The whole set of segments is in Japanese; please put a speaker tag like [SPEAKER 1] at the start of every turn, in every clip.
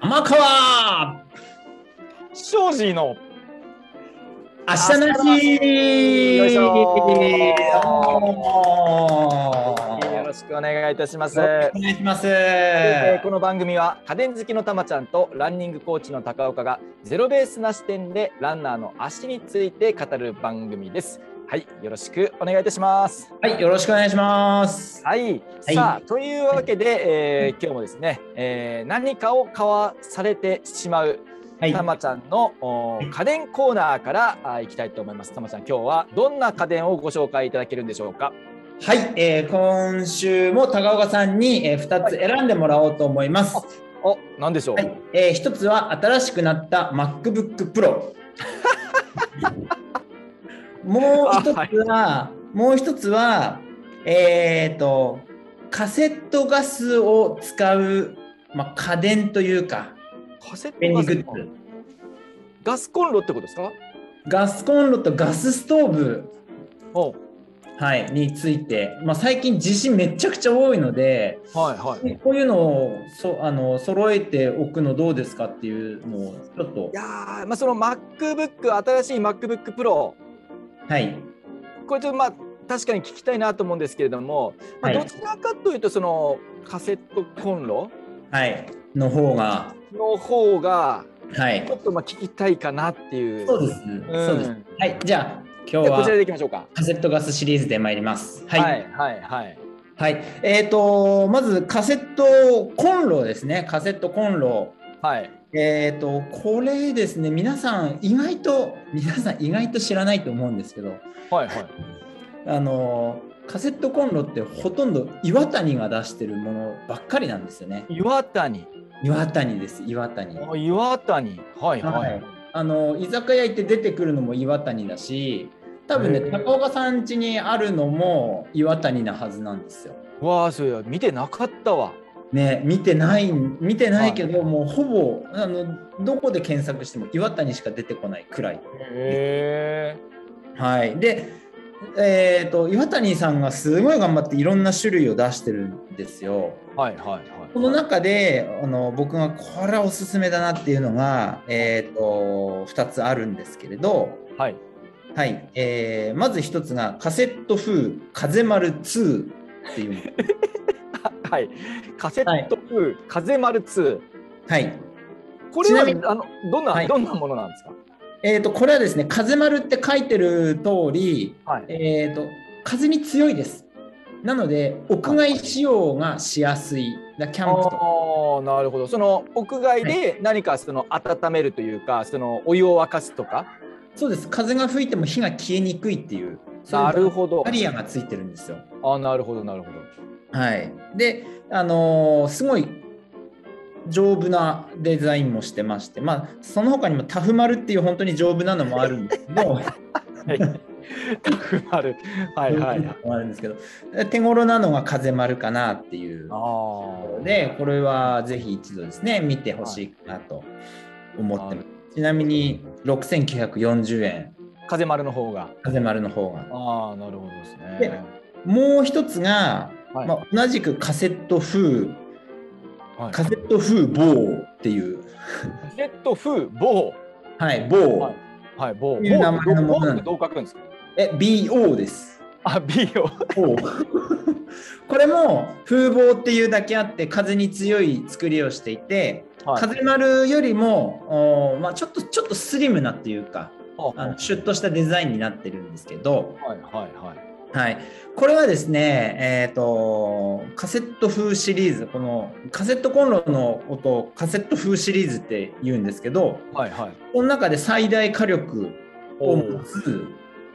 [SPEAKER 1] 赤は
[SPEAKER 2] ショージーの
[SPEAKER 1] 明日なし
[SPEAKER 2] よいしょ
[SPEAKER 1] お
[SPEAKER 2] よろしくお願いいたします。
[SPEAKER 1] 願いします。
[SPEAKER 2] えー
[SPEAKER 1] は
[SPEAKER 2] この番組は家電好きのたまちゃんとランニングコーチの高岡がゼロベースな視点でランナーの足について語る番組です。はい、よろしくお願いいたします。
[SPEAKER 1] い、よろしくお願いします。
[SPEAKER 2] は
[SPEAKER 1] は
[SPEAKER 2] い、
[SPEAKER 1] い
[SPEAKER 2] さあというわけで、えー今日もですね、えー何かを買わされてしまう
[SPEAKER 1] はい、
[SPEAKER 2] たまちゃんの、お家電コーナーからあーいきたいと思います。たまちゃん、今日はどんな家電をご紹介いただけるんでしょうか。
[SPEAKER 1] はい、えー今週も高岡さんに、えー、2つ選んでもらおうと思います。は
[SPEAKER 2] お、なんでしょう。
[SPEAKER 1] い、えー、1つは新しくなった MacBook Pro。もう1つは、もう1つは、えーと、カセットガスを使う、まあ、家電というか、
[SPEAKER 2] カセット
[SPEAKER 1] 便
[SPEAKER 2] ガ
[SPEAKER 1] 利グ
[SPEAKER 2] ス
[SPEAKER 1] ッ
[SPEAKER 2] コンロ
[SPEAKER 1] ズ。
[SPEAKER 2] ガスコンロってことですか。
[SPEAKER 1] ガスコンロとガスストーブ、
[SPEAKER 2] お、
[SPEAKER 1] はい、について、まあ、最近地震めちゃくちゃ多いので、
[SPEAKER 2] はいはい。い
[SPEAKER 1] こういうのをそあの揃えておくのどうですかっていうのをちょっと
[SPEAKER 2] やー、まあ、その MacBook 新しい MacBook Pro
[SPEAKER 1] はい
[SPEAKER 2] これちょっとまあ確かに聞きたいなと思うんですけれども、まあ、
[SPEAKER 1] はい
[SPEAKER 2] どちらかというとそのカセットコンロ
[SPEAKER 1] はいの方が
[SPEAKER 2] の方が
[SPEAKER 1] はい
[SPEAKER 2] ちょっとまあ聞きたいかなっていう。
[SPEAKER 1] そうです、
[SPEAKER 2] ん
[SPEAKER 1] そうですはいじゃあ今
[SPEAKER 2] じ
[SPEAKER 1] 日
[SPEAKER 2] ゃあこちら
[SPEAKER 1] は
[SPEAKER 2] でいきましょうか。
[SPEAKER 1] カセットガスシリーズで参りますはいは、
[SPEAKER 2] はいいはいはい。
[SPEAKER 1] えっ、とまずカセットコンロですねカセットコンロ
[SPEAKER 2] はい。
[SPEAKER 1] えっ、とこれですね皆さん意外と皆さん意外と知らないと思うんですけど
[SPEAKER 2] はいはい。
[SPEAKER 1] あのカセットコンロってほとんど岩谷が出してるものばっかりなんですよね
[SPEAKER 2] 岩谷。
[SPEAKER 1] 岩谷です岩谷
[SPEAKER 2] あ岩谷。はいはい。
[SPEAKER 1] はいあの居酒屋行って出てくるのも岩谷だし多分ね
[SPEAKER 2] へー
[SPEAKER 1] 高岡さん家にあるのも岩谷なはずなんですよ
[SPEAKER 2] わあ、そういや、見てなかったわ。
[SPEAKER 1] ね見てない見てないけど、もうほぼあのどこで検索しても岩谷しか出てこないくらい
[SPEAKER 2] へ
[SPEAKER 1] はいでえー、と岩谷さんがすごい頑張っていろんな種類を出してるんですよ。
[SPEAKER 2] え。はいはいはい。
[SPEAKER 1] この中であの僕がこれはおすすめだなっていうのが、えー、と2つあるんですけれど、
[SPEAKER 2] はい。
[SPEAKER 1] はい、えーまず一つがカセット風風丸2っていうもの
[SPEAKER 2] はい。カセット風、風丸2。
[SPEAKER 1] はい。
[SPEAKER 2] これ
[SPEAKER 1] ち
[SPEAKER 2] は
[SPEAKER 1] なみに
[SPEAKER 2] あのどんな、
[SPEAKER 1] はい
[SPEAKER 2] どんなものなんですか。
[SPEAKER 1] えっ、とこれはですね風丸って書いてる通り、
[SPEAKER 2] はい。
[SPEAKER 1] えっ、と風に強いです。なので屋外使用がしやすい。だキ
[SPEAKER 2] あ
[SPEAKER 1] ャンプとか
[SPEAKER 2] あ、なるほど。その屋外で何かその温めるというか、そのお湯を沸かすとか。
[SPEAKER 1] そうです。風が吹いても火が消えにくいっていう。そういう
[SPEAKER 2] なるほど
[SPEAKER 1] バ。リアがついてるんですよ。
[SPEAKER 2] あ、なるほど、なるほど。
[SPEAKER 1] はい。で、あのーすごい丈夫なデザインもしてまして、まあ、その他にもタフ丸っていう本当に丈夫なのもあるんですけ ど、
[SPEAKER 2] タフマル。はいはい。あ
[SPEAKER 1] あるんですけど手頃なのが風丸かなっていう
[SPEAKER 2] あ
[SPEAKER 1] ところ
[SPEAKER 2] ー。
[SPEAKER 1] でこれはぜひ一度ですね見てほしいかなと思ってま
[SPEAKER 2] は
[SPEAKER 1] すちなみに6940円
[SPEAKER 2] 風丸の方が。
[SPEAKER 1] 風丸の方が
[SPEAKER 2] ああ、なるほどですね。
[SPEAKER 1] でもう一つが、
[SPEAKER 2] はい。
[SPEAKER 1] まあ、同じくカセット風
[SPEAKER 2] はい
[SPEAKER 1] カセット風棒っていう
[SPEAKER 2] カセット風棒。
[SPEAKER 1] はい棒、
[SPEAKER 2] はいはい、棒。
[SPEAKER 1] いう名前のもの
[SPEAKER 2] 棒
[SPEAKER 1] な
[SPEAKER 2] っ
[SPEAKER 1] ん
[SPEAKER 2] て
[SPEAKER 1] です
[SPEAKER 2] どう書くんですか。
[SPEAKER 1] え BO です
[SPEAKER 2] あ、B を。
[SPEAKER 1] 棒 これも風防っていうだけあって風に強い作りをしていて
[SPEAKER 2] はい。
[SPEAKER 1] 風丸よりも、おーまあ、ちょっとちょっとスリムなっていうかあ
[SPEAKER 2] は
[SPEAKER 1] のシュッとしたデザインになってるんですけど、
[SPEAKER 2] いはいはい。
[SPEAKER 1] はい、これはですね、えー、とカセット風シリーズこのカセットコンロの音をカセット風シリーズって言うんですけど
[SPEAKER 2] はいはい。
[SPEAKER 1] この中で最大火力を
[SPEAKER 2] お
[SPEAKER 1] 持
[SPEAKER 2] ー
[SPEAKER 1] つ、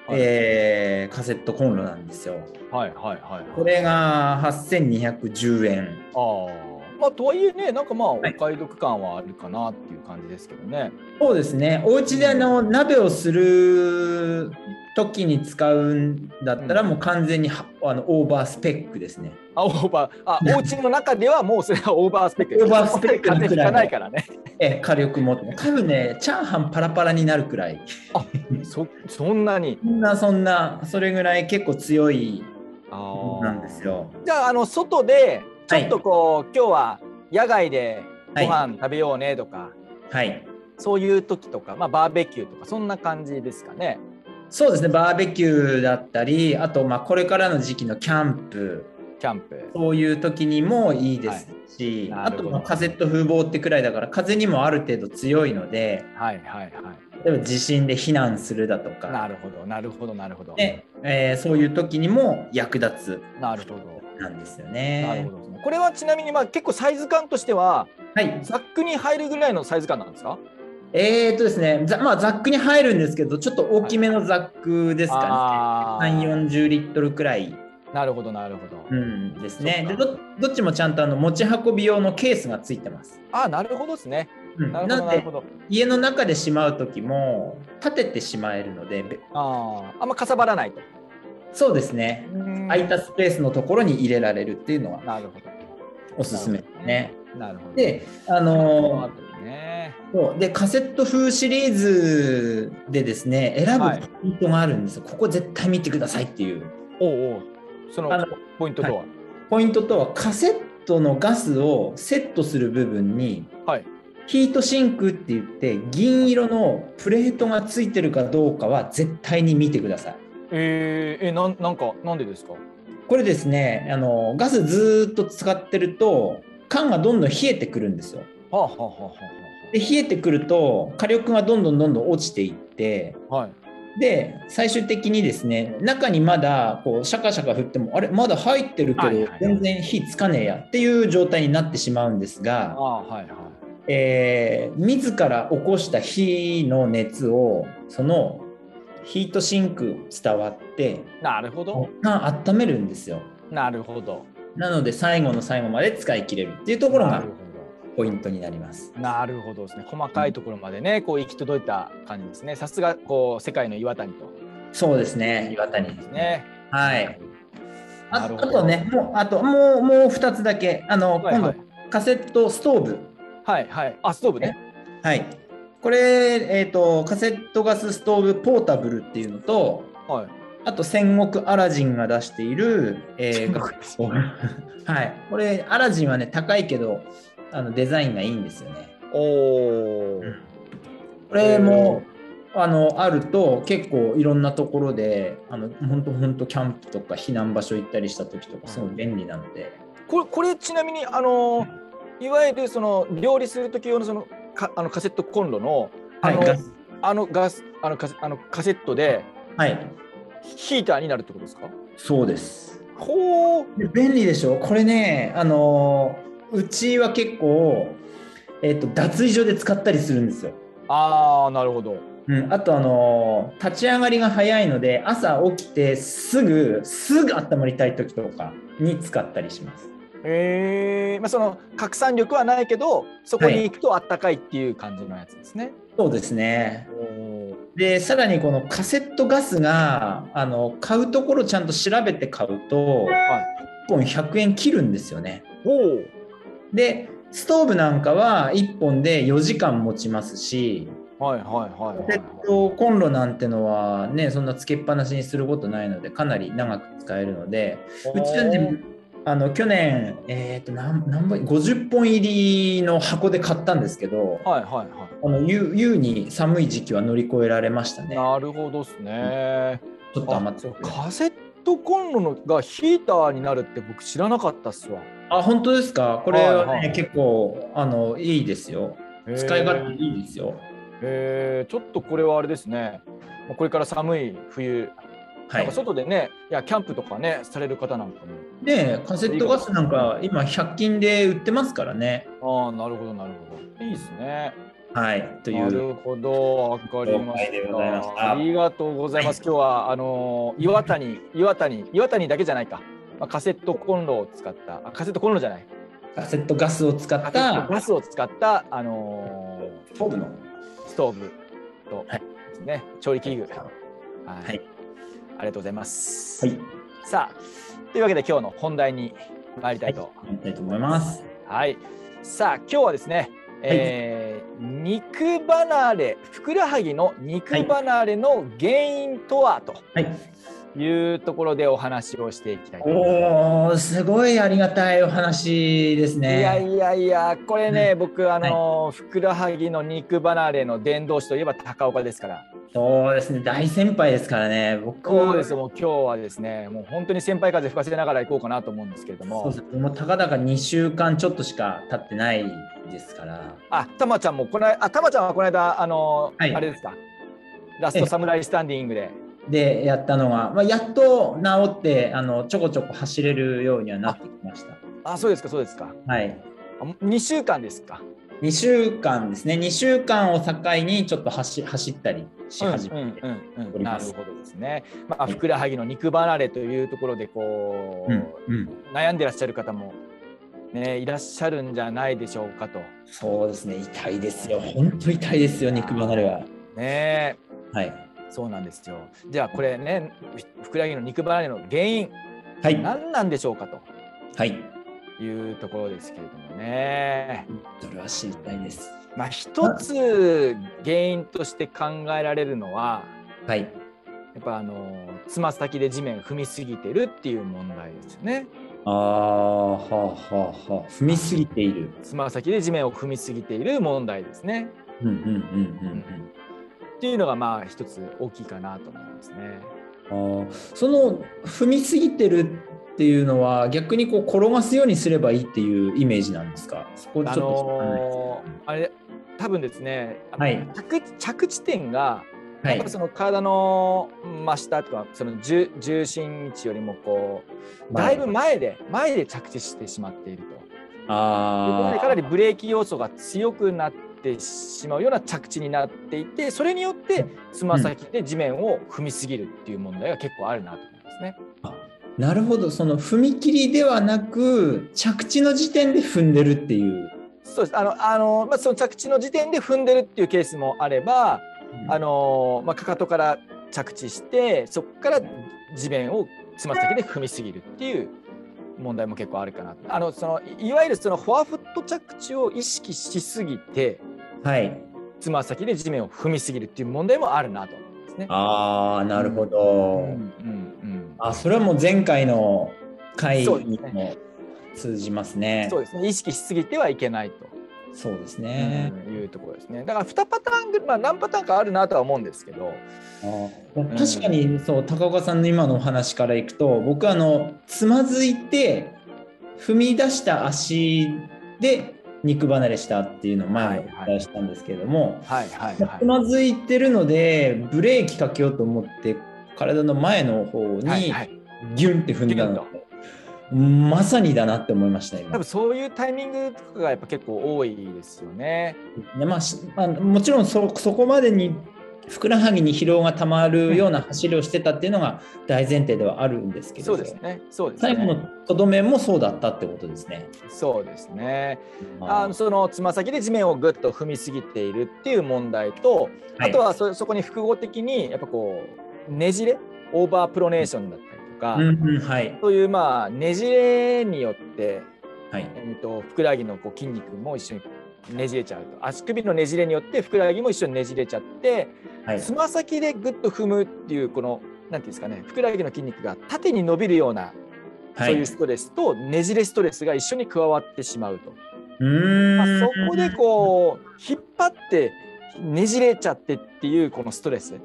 [SPEAKER 2] はい
[SPEAKER 1] えーカセットコンロなんですよ。
[SPEAKER 2] はいはいはい。
[SPEAKER 1] これが8210円。
[SPEAKER 2] ああ。まあとはいえね、なんかまあお
[SPEAKER 1] はい
[SPEAKER 2] 買い得感はあるかなっていう感じですけどね。
[SPEAKER 1] そうですね。お家であの鍋をする時に使うんだったら
[SPEAKER 2] うん
[SPEAKER 1] もう完全にはあのオーバースペックですね。
[SPEAKER 2] あ、オーバー、 あ、お家の中ではもうそれはオーバースペックです。
[SPEAKER 1] オーバースペックなくらい
[SPEAKER 2] 風邪ひかないからね。
[SPEAKER 1] え火力も多分ねチャーハンパラパラになるくらい。
[SPEAKER 2] そ、そんなに。
[SPEAKER 1] そんなそんなそれぐらい結構強い
[SPEAKER 2] あー
[SPEAKER 1] なんです。よ。
[SPEAKER 2] じゃあ、あの外で、ちょっとこう、今日は野外でご飯食べようねとか、
[SPEAKER 1] はい。
[SPEAKER 2] そういう時とか、まあ、バーベキューとかそんな感じですかね。
[SPEAKER 1] そうですね、バーベキューだったり、あと、まあ、これからの時期のキャンプ、
[SPEAKER 2] キャンプ。
[SPEAKER 1] そういう時にもいいですし、
[SPEAKER 2] はい
[SPEAKER 1] あ
[SPEAKER 2] なる
[SPEAKER 1] と
[SPEAKER 2] ほど
[SPEAKER 1] まあ風と風防ってくらいだから、風にもある程度強いので、
[SPEAKER 2] はいはいはい。
[SPEAKER 1] 例えば地震で避難するだと
[SPEAKER 2] な
[SPEAKER 1] か、
[SPEAKER 2] るほどなるほどなるほど。
[SPEAKER 1] ねえーそういう時にも役立
[SPEAKER 2] なるほど。
[SPEAKER 1] つなんですよ
[SPEAKER 2] なる
[SPEAKER 1] ね
[SPEAKER 2] ほ。どですね。これはちなみにまあ結構サイズ感としては
[SPEAKER 1] はい、
[SPEAKER 2] ザックに入るぐらいのサイズ感なんですか？
[SPEAKER 1] えー、とですね、ざまあ、ザックに入るんですけど、ちょっと大きめのザックですか
[SPEAKER 2] あ
[SPEAKER 1] ね、
[SPEAKER 2] ー
[SPEAKER 1] 3、40リットルくらい、
[SPEAKER 2] なるほどなるほど。
[SPEAKER 1] うん、ですねで
[SPEAKER 2] そっか
[SPEAKER 1] ど。どっちもちゃんとあの持ち運び用のケースがついてます。
[SPEAKER 2] あーなるほどですね。
[SPEAKER 1] うん、
[SPEAKER 2] な
[SPEAKER 1] な
[SPEAKER 2] る
[SPEAKER 1] の
[SPEAKER 2] ほどなる
[SPEAKER 1] で
[SPEAKER 2] ほど。
[SPEAKER 1] 家の中でしまう時も立ててしまえるのでべ
[SPEAKER 2] あああんまかさばらないと。
[SPEAKER 1] そうですね空いたスペースのところに入れられるっていうのは
[SPEAKER 2] なるほど。
[SPEAKER 1] おすすめですね。。
[SPEAKER 2] なるほど。
[SPEAKER 1] であ
[SPEAKER 2] あ
[SPEAKER 1] の
[SPEAKER 2] とね。
[SPEAKER 1] そうでカセット風シリーズでですね選
[SPEAKER 2] はい
[SPEAKER 1] ぶポイントがあるんですよ、ここ絶対見てくださいっていう
[SPEAKER 2] おうおう。その
[SPEAKER 1] あの
[SPEAKER 2] ポイントとは。
[SPEAKER 1] ポイントとはカセットのガスをセットする部分に
[SPEAKER 2] はい。
[SPEAKER 1] ヒートシンクって言って銀色のプレートがついてるかどうかは絶対に見てください。
[SPEAKER 2] えー、えなんなんかなんでですか？
[SPEAKER 1] これですねあのガスずーっと使ってると缶がどんどん冷えてくるんですよ
[SPEAKER 2] はあ、はあはあは
[SPEAKER 1] で冷えてくると火力がどんどんどんどん落ちていって
[SPEAKER 2] あはあ、はい。
[SPEAKER 1] で最終的にですね中にまだこうシャカシャカ振ってもあれまだ入ってるけ
[SPEAKER 2] はい
[SPEAKER 1] ど
[SPEAKER 2] はい
[SPEAKER 1] 全然火つかねえやっていう状態になってしまうんです
[SPEAKER 2] あ
[SPEAKER 1] が、
[SPEAKER 2] あはいはい。
[SPEAKER 1] えー自ら起こした火の熱をそのヒートシンク伝わって
[SPEAKER 2] なるほど。
[SPEAKER 1] 缶温めるんですよ。
[SPEAKER 2] なるほど。
[SPEAKER 1] なので最後の最後まで使い切れるっていうところ
[SPEAKER 2] な
[SPEAKER 1] が
[SPEAKER 2] るほ
[SPEAKER 1] ポイントになります。
[SPEAKER 2] ど。なるほどですね。細かいところまでね、こう行き届いた感じですね。さすがこう世界の岩谷と。
[SPEAKER 1] そうですね、岩谷
[SPEAKER 2] です。ね。
[SPEAKER 1] はい。あ
[SPEAKER 2] なる
[SPEAKER 1] あ
[SPEAKER 2] ほど
[SPEAKER 1] とね、もうあともうもう二つだけ、あの、
[SPEAKER 2] はいは
[SPEAKER 1] 今
[SPEAKER 2] い。
[SPEAKER 1] 度カセットストーブ、
[SPEAKER 2] はいはい。あストーブね。
[SPEAKER 1] はい。これえっ、とカセットガスストーブポータブルっていうのと、
[SPEAKER 2] はい。
[SPEAKER 1] あと戦国アラジンが出している、えー、ガスストーブ はい。これアラジンはね高いけど、あのデザインがいいんですよね。
[SPEAKER 2] おお。
[SPEAKER 1] これも、あのあると結構いろんなところであの本当本当キャンプとか避難場所行ったりした時とかすごい便利なので、
[SPEAKER 2] これこれちなみにあのいわゆるその料理する時用のそのかあのカセットコンロのあの、
[SPEAKER 1] はいガス
[SPEAKER 2] あのガスあのカセあのカセットで
[SPEAKER 1] はい
[SPEAKER 2] ヒーターになるってことですか？
[SPEAKER 1] そうです
[SPEAKER 2] ほう。
[SPEAKER 1] で便利でしょこれねあのうちは結構、えっと脱衣所で使ったりするんですよ、
[SPEAKER 2] ああなるほど。
[SPEAKER 1] うん、あとあの立ち上がりが早いので朝起きてすぐすぐ温まりたい時とかに使ったりします
[SPEAKER 2] ええまあその拡散力はないけどそこに行くとあったかいっていう感じのやつですね。
[SPEAKER 1] そうですね
[SPEAKER 2] おー
[SPEAKER 1] でさらにこのカセットガスがあの買うところちゃんと調べて買うと
[SPEAKER 2] はい。
[SPEAKER 1] 1本100円切るんですよね
[SPEAKER 2] お
[SPEAKER 1] でストーブなんかは1本で4時間持ちますし
[SPEAKER 2] お。はいはいはい、
[SPEAKER 1] カ
[SPEAKER 2] は
[SPEAKER 1] セ
[SPEAKER 2] い。
[SPEAKER 1] ットコンロなんてのはねそんなつけっぱなしにすることないのでかなり長く使えるのでうちなんてあの去年えっ、と何何本50本入りの箱で買ったんですけど
[SPEAKER 2] はいはいは
[SPEAKER 1] あの優優に寒い時期は乗り越えられました
[SPEAKER 2] い。
[SPEAKER 1] ね
[SPEAKER 2] なるほどですね。
[SPEAKER 1] ちょっと余って
[SPEAKER 2] あカセットコンロのがヒーターになるって僕知らなかったっすわ。
[SPEAKER 1] あ本当ですかこれはね、
[SPEAKER 2] はいはい
[SPEAKER 1] 結構あのいいですよ使い勝手いいですよ
[SPEAKER 2] えー、ちょっとこれはあれですね。もうこれから寒い冬、
[SPEAKER 1] は
[SPEAKER 2] なん
[SPEAKER 1] い
[SPEAKER 2] か外でね、いやキャンプとかねされる方なんか
[SPEAKER 1] でカセットガスなんか今100均で売ってますからね
[SPEAKER 2] も。ああなるほどなるほど。いいですね。
[SPEAKER 1] はいとい
[SPEAKER 2] な
[SPEAKER 1] う
[SPEAKER 2] るほど、わかりま
[SPEAKER 1] 了解でございま
[SPEAKER 2] し
[SPEAKER 1] した
[SPEAKER 2] た。ありがとうございます。今日はあのー岩谷、岩谷、岩谷だけじゃないか。まあ、カセットコンロを使った、あカセットコンロじゃない。
[SPEAKER 1] カセットガスを使
[SPEAKER 2] カ
[SPEAKER 1] っ
[SPEAKER 2] セッ
[SPEAKER 1] た
[SPEAKER 2] トガスを使ったあのー
[SPEAKER 1] ストーブの
[SPEAKER 2] ストーブと
[SPEAKER 1] はい
[SPEAKER 2] ですね、調理器具。はい、
[SPEAKER 1] い
[SPEAKER 2] ありがとうございます。
[SPEAKER 1] はい
[SPEAKER 2] さあ、というわけで今日の本題に参りたいと。
[SPEAKER 1] やりたいと思います
[SPEAKER 2] はい。さあ、今日はですね、えー肉離れ、ふくらはぎの肉離れの原因とはと
[SPEAKER 1] はい
[SPEAKER 2] いうところでお話をしていきたいと思います。
[SPEAKER 1] おー、すごいありがたいお話です
[SPEAKER 2] いや
[SPEAKER 1] ね。
[SPEAKER 2] いやいや、これね、僕、あの、ふくらはぎの肉離れの伝道師といえば高岡ですから。
[SPEAKER 1] そうですね、大先輩ですからね。僕
[SPEAKER 2] そうです、もう今日はですね、もう本当に先輩風吹かせながら行こうかなと思うんですけれど
[SPEAKER 1] そう
[SPEAKER 2] も
[SPEAKER 1] で。すもうたかだか2週間ちょっとしか経ってないですから。
[SPEAKER 2] あ、たまちゃんも、この間、あ、たまちゃんはこの間、あの、
[SPEAKER 1] はい
[SPEAKER 2] あれですか。ラストサムライスタンディングで。
[SPEAKER 1] で、やったのが、まあ、やっと治ってあの、ちょこちょこ走れるようにはなってきました。
[SPEAKER 2] あ、そうですか、そうですか。
[SPEAKER 1] はい。
[SPEAKER 2] あ二週間ですか。
[SPEAKER 1] 2週間ですね、2週間を境にちょっと走走ったりし始めて。
[SPEAKER 2] うんうんうん
[SPEAKER 1] お
[SPEAKER 2] うん、
[SPEAKER 1] り
[SPEAKER 2] な
[SPEAKER 1] ま
[SPEAKER 2] る
[SPEAKER 1] す
[SPEAKER 2] ほどですね。まあ、ふくらはぎの肉離れというところで、こう、
[SPEAKER 1] うんうん
[SPEAKER 2] 悩んでらっしゃる方も、ね、いらっしゃるんじゃないでしょうかと。
[SPEAKER 1] そうですね、痛いですよ。本当痛いですよ、肉離れは。
[SPEAKER 2] ね
[SPEAKER 1] はい。
[SPEAKER 2] そうなんですよ。じゃあこれね、ふふくらはぎの肉離れの原因、
[SPEAKER 1] はい。
[SPEAKER 2] 何なんでしょうか
[SPEAKER 1] はい。
[SPEAKER 2] というところですけれどもね。
[SPEAKER 1] それは知りたいです。
[SPEAKER 2] まあ一つ原因として考えられるのは、
[SPEAKER 1] はい。
[SPEAKER 2] やっぱあのつま先で地面を踏みすぎてるっていう問題ですよね。
[SPEAKER 1] ああ、はあはあはあ。踏みすぎている。
[SPEAKER 2] つま先で地面を踏みすぎている問題ですね。
[SPEAKER 1] うんうんうん
[SPEAKER 2] っていうのがまあ一つ大きいかなと思いますね。
[SPEAKER 1] うんうん。ああ、その踏みすぎてるっていうのは逆にこう転がすようにすればいいっていうイメージなんですか。そこちょ
[SPEAKER 2] あ
[SPEAKER 1] っと知らないです
[SPEAKER 2] のーあれ多分ですね、あの
[SPEAKER 1] はい
[SPEAKER 2] 着着地点が
[SPEAKER 1] は
[SPEAKER 2] やっ
[SPEAKER 1] い
[SPEAKER 2] ぱ。その体の真下とかその重重心位置よりもこうだいぶ前で前で着地してしまっているということ
[SPEAKER 1] あ
[SPEAKER 2] で
[SPEAKER 1] あ。
[SPEAKER 2] かなりブレーキ要素が強くなってしまうような着地になっていてそれによってつま先で地面を踏みすぎるっていう問題が結構あるなと思いますね。
[SPEAKER 1] なるほど。その踏み切りではなく着地の時点で踏んでるっていう。
[SPEAKER 2] そうですあのあの、まあ、その着地の時点で踏んでるっていうケースもあればあの、まあ、かかとから着地してそこから地面をつま先で踏みすぎるっていう問題も結構あるかなあのそのいいわゆるそのフォアフット着地を意識しすぎて
[SPEAKER 1] はい。
[SPEAKER 2] つま先で地面を踏みすぎるっていう問題もあるなと思うんですね。
[SPEAKER 1] ああ、なるほど。
[SPEAKER 2] うんうん
[SPEAKER 1] あ、それはもう前回の回
[SPEAKER 2] そうで
[SPEAKER 1] に
[SPEAKER 2] すね
[SPEAKER 1] も通じます
[SPEAKER 2] うん、
[SPEAKER 1] ね。
[SPEAKER 2] そうですね意識しすぎてはいけないと、
[SPEAKER 1] そうですね。
[SPEAKER 2] いうところですねだから2パターンぐらい、まあ、何パターンかあるなとは思うんですけど、
[SPEAKER 1] あー確かにそう高岡さんの今のお話からいくと僕あのつまずいて踏み出した足で肉離れしたっていうのを前にお伝えしたんですけれども、
[SPEAKER 2] はいはい
[SPEAKER 1] まあつまずいてるのでブレーキかけようと思って体の前の方
[SPEAKER 2] はい
[SPEAKER 1] に
[SPEAKER 2] はい
[SPEAKER 1] ギュンって踏んだのまさにだなって思いました今
[SPEAKER 2] 多分そういうタイミングとかがやっぱ結構多いですよね。
[SPEAKER 1] ねまあしまあ、もちろんそそこまでにふくらはぎに疲労がたまるような走りをしてたっていうのが大前提ではあるんですけれど
[SPEAKER 2] そうですね。そうです
[SPEAKER 1] 最後
[SPEAKER 2] ね。
[SPEAKER 1] のとどめもそうだったってことですね。
[SPEAKER 2] そうですね。あ
[SPEAKER 1] あ
[SPEAKER 2] の
[SPEAKER 1] ー
[SPEAKER 2] そのつま先で地面をぐっと踏みすぎているっていう問題と、あとはそそこに複合的にやっぱこうねじれ、オーバープロネーションだったりとか、
[SPEAKER 1] いうんうんはい
[SPEAKER 2] そういうまあねじれによって、
[SPEAKER 1] はい
[SPEAKER 2] えっとふくらはぎのこう筋肉も一緒にねじれちゃうと、足首のねじれによってふくらはぎも一緒にねじれちゃって、
[SPEAKER 1] はい
[SPEAKER 2] つま先でぐっと踏むっていうこのなんていうんですかねふくらはぎの筋肉が縦に伸びるような、
[SPEAKER 1] は
[SPEAKER 2] そうい
[SPEAKER 1] いう
[SPEAKER 2] ストレスとねじれストレスが一緒に加わってしまうと、
[SPEAKER 1] うーん
[SPEAKER 2] まあ、そこでこう引っ張ってねじれちゃってっていうこのストレス、ね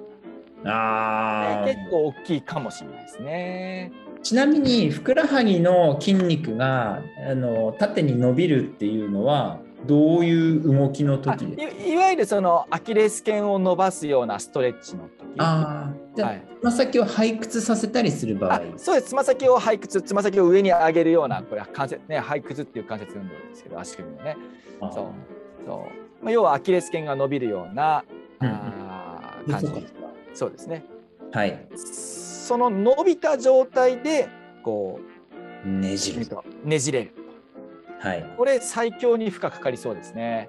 [SPEAKER 1] あー
[SPEAKER 2] 結構大きいかもしれないですね。
[SPEAKER 1] ちなみにふくらはぎの筋肉があの縦に伸びるっていうのはどういう動きの
[SPEAKER 2] あ
[SPEAKER 1] 時ですか
[SPEAKER 2] いいわゆるそのアキレス腱を伸ばすようなストレッチの時
[SPEAKER 1] あーじゃあ、
[SPEAKER 2] はい
[SPEAKER 1] つま先を背屈させたりする場合
[SPEAKER 2] あそうですつま先を背屈つま先を上に上げるようなこれは関節ね背屈っていう関節運動ですけど足首のね
[SPEAKER 1] あー
[SPEAKER 2] そうそう、まあ、要はアキレス腱が伸びるような、
[SPEAKER 1] うんうん
[SPEAKER 2] あー
[SPEAKER 1] で
[SPEAKER 2] 感じ
[SPEAKER 1] そうか
[SPEAKER 2] そうですね
[SPEAKER 1] はい。
[SPEAKER 2] その伸びた状態でこ
[SPEAKER 1] ねじる。
[SPEAKER 2] うねじれる
[SPEAKER 1] はい。
[SPEAKER 2] これ最強に負荷かかりそうですね、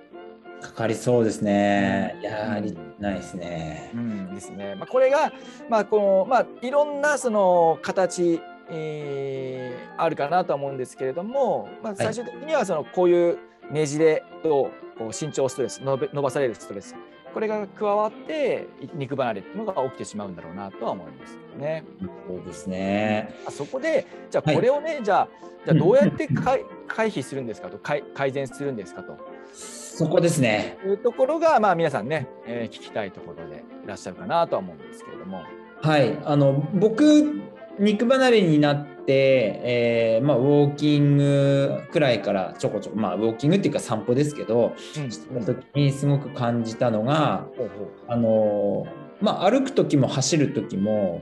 [SPEAKER 1] かかりそうですね。いやー、あ
[SPEAKER 2] うん
[SPEAKER 1] りないですね
[SPEAKER 2] う。ん、ですね、まあ、これがまあこのまあいろんなその形えーあるかなとは思うんですけれども、まあ、
[SPEAKER 1] い
[SPEAKER 2] 最終的にはそのこういうねじれとこう身長ストレス伸び伸ばされるストレスこれが加わって肉離れっていうのが起きてしまうんだろうなとは思いますよね。
[SPEAKER 1] そうですね。
[SPEAKER 2] あそこでじゃあこれをね、じゃあじゃあどうやって回回避するんですかと改改善するんですかと
[SPEAKER 1] そこですね。
[SPEAKER 2] いうところが、まあ、皆さんね、えー聞きたいところでいらっしゃるかなとは思うんですけれども。
[SPEAKER 1] はい。あの僕肉離れになって、えーまあ、ウォーキングくらいからちょこちょこ、まあ、ウォーキングっていうか散歩ですけど、した
[SPEAKER 2] うん
[SPEAKER 1] 時にすごく感じたのが、
[SPEAKER 2] ほうほう
[SPEAKER 1] あのまあ、歩く時も走る時も、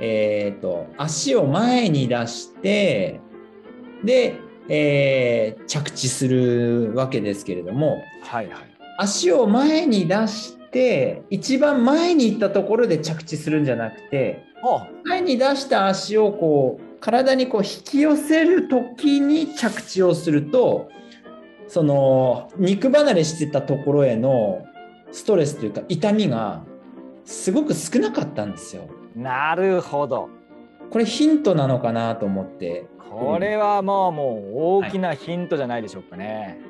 [SPEAKER 1] えー、と足を前に出してで、えー着地するわけですけれども
[SPEAKER 2] はいはい。
[SPEAKER 1] 足を前に出して一番前に行ったところで着地するんじゃなくて
[SPEAKER 2] あ
[SPEAKER 1] 前に出した足をこう体にこう引き寄せる時に着地をするとその肉離れしてたところへのストレスというか痛みがすごく少なかったんですよ。
[SPEAKER 2] なるほど。
[SPEAKER 1] これヒントなのかなと思って
[SPEAKER 2] これはもうもう大きなヒントじゃないでしょうかね。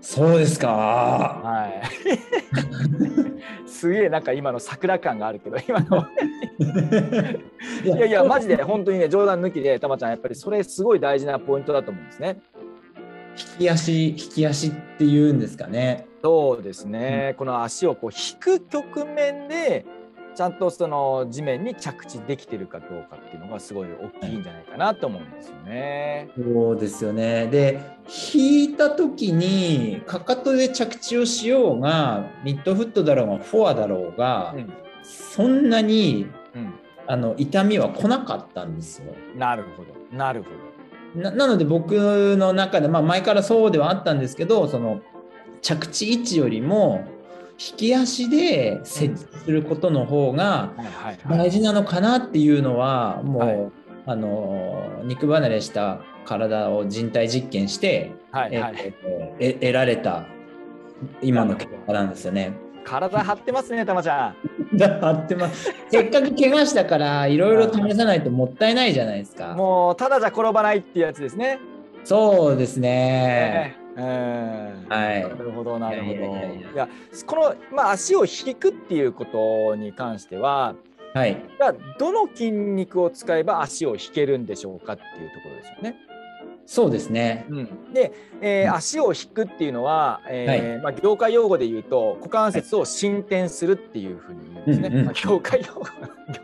[SPEAKER 1] そうですか
[SPEAKER 2] はい。 すげえなんか今の桜感があるけど今の
[SPEAKER 1] い
[SPEAKER 2] いやいやマジで本当にね冗談抜きでたまちゃんやっぱりそれすごい大事なポイントだと思うんですね。
[SPEAKER 1] 引き足引き足っていうんですかね。
[SPEAKER 2] そうですね、この足をこう引く局面でちゃんとその地面に着地できてるかどうかっていうのがすごい大きいんじゃないかなと思うんですよね。
[SPEAKER 1] そうですよね。で、引いた時に、かかとで着地をしようが、ミッドフットだろうが、フォアだろうが、
[SPEAKER 2] うん
[SPEAKER 1] そんなに
[SPEAKER 2] う
[SPEAKER 1] あの痛みは来なかったんですよ。
[SPEAKER 2] ん、なるほどなるほど。
[SPEAKER 1] ななので、僕の中で、まあ、前からそうではあったんですけど、その着地位置よりも、引き足で接地することの方が
[SPEAKER 2] はいはいはい
[SPEAKER 1] 大事なのかなっていうのは、もう、
[SPEAKER 2] はい
[SPEAKER 1] あの肉離れした体を人体実験して
[SPEAKER 2] はい
[SPEAKER 1] え
[SPEAKER 2] は
[SPEAKER 1] え
[SPEAKER 2] い、
[SPEAKER 1] え得られた今の結果なんですよ ね。
[SPEAKER 2] 体張ってますね、たまちゃん。
[SPEAKER 1] だから合ってます せっかく怪我したからいろいろ試さないともったいないじゃないですか。
[SPEAKER 2] もうただじゃ転ばないっていうやつですね。
[SPEAKER 1] そうですね。
[SPEAKER 2] ええうん
[SPEAKER 1] はい
[SPEAKER 2] なるほど、なるほど。
[SPEAKER 1] いや
[SPEAKER 2] い
[SPEAKER 1] いや
[SPEAKER 2] や
[SPEAKER 1] いやいや
[SPEAKER 2] この、まあ、足を引くっていうことに関しては、
[SPEAKER 1] はい。
[SPEAKER 2] じゃあどの筋肉を使えば足を引けるんでしょうかっていうところですよね。
[SPEAKER 1] そうですね。
[SPEAKER 2] で、えー
[SPEAKER 1] うん
[SPEAKER 2] 足を引くっていうのは、えーまあ、業界用語で言うと股関節を伸展するっていうふうに言うんですね。
[SPEAKER 1] うんうん
[SPEAKER 2] まあ、業界用語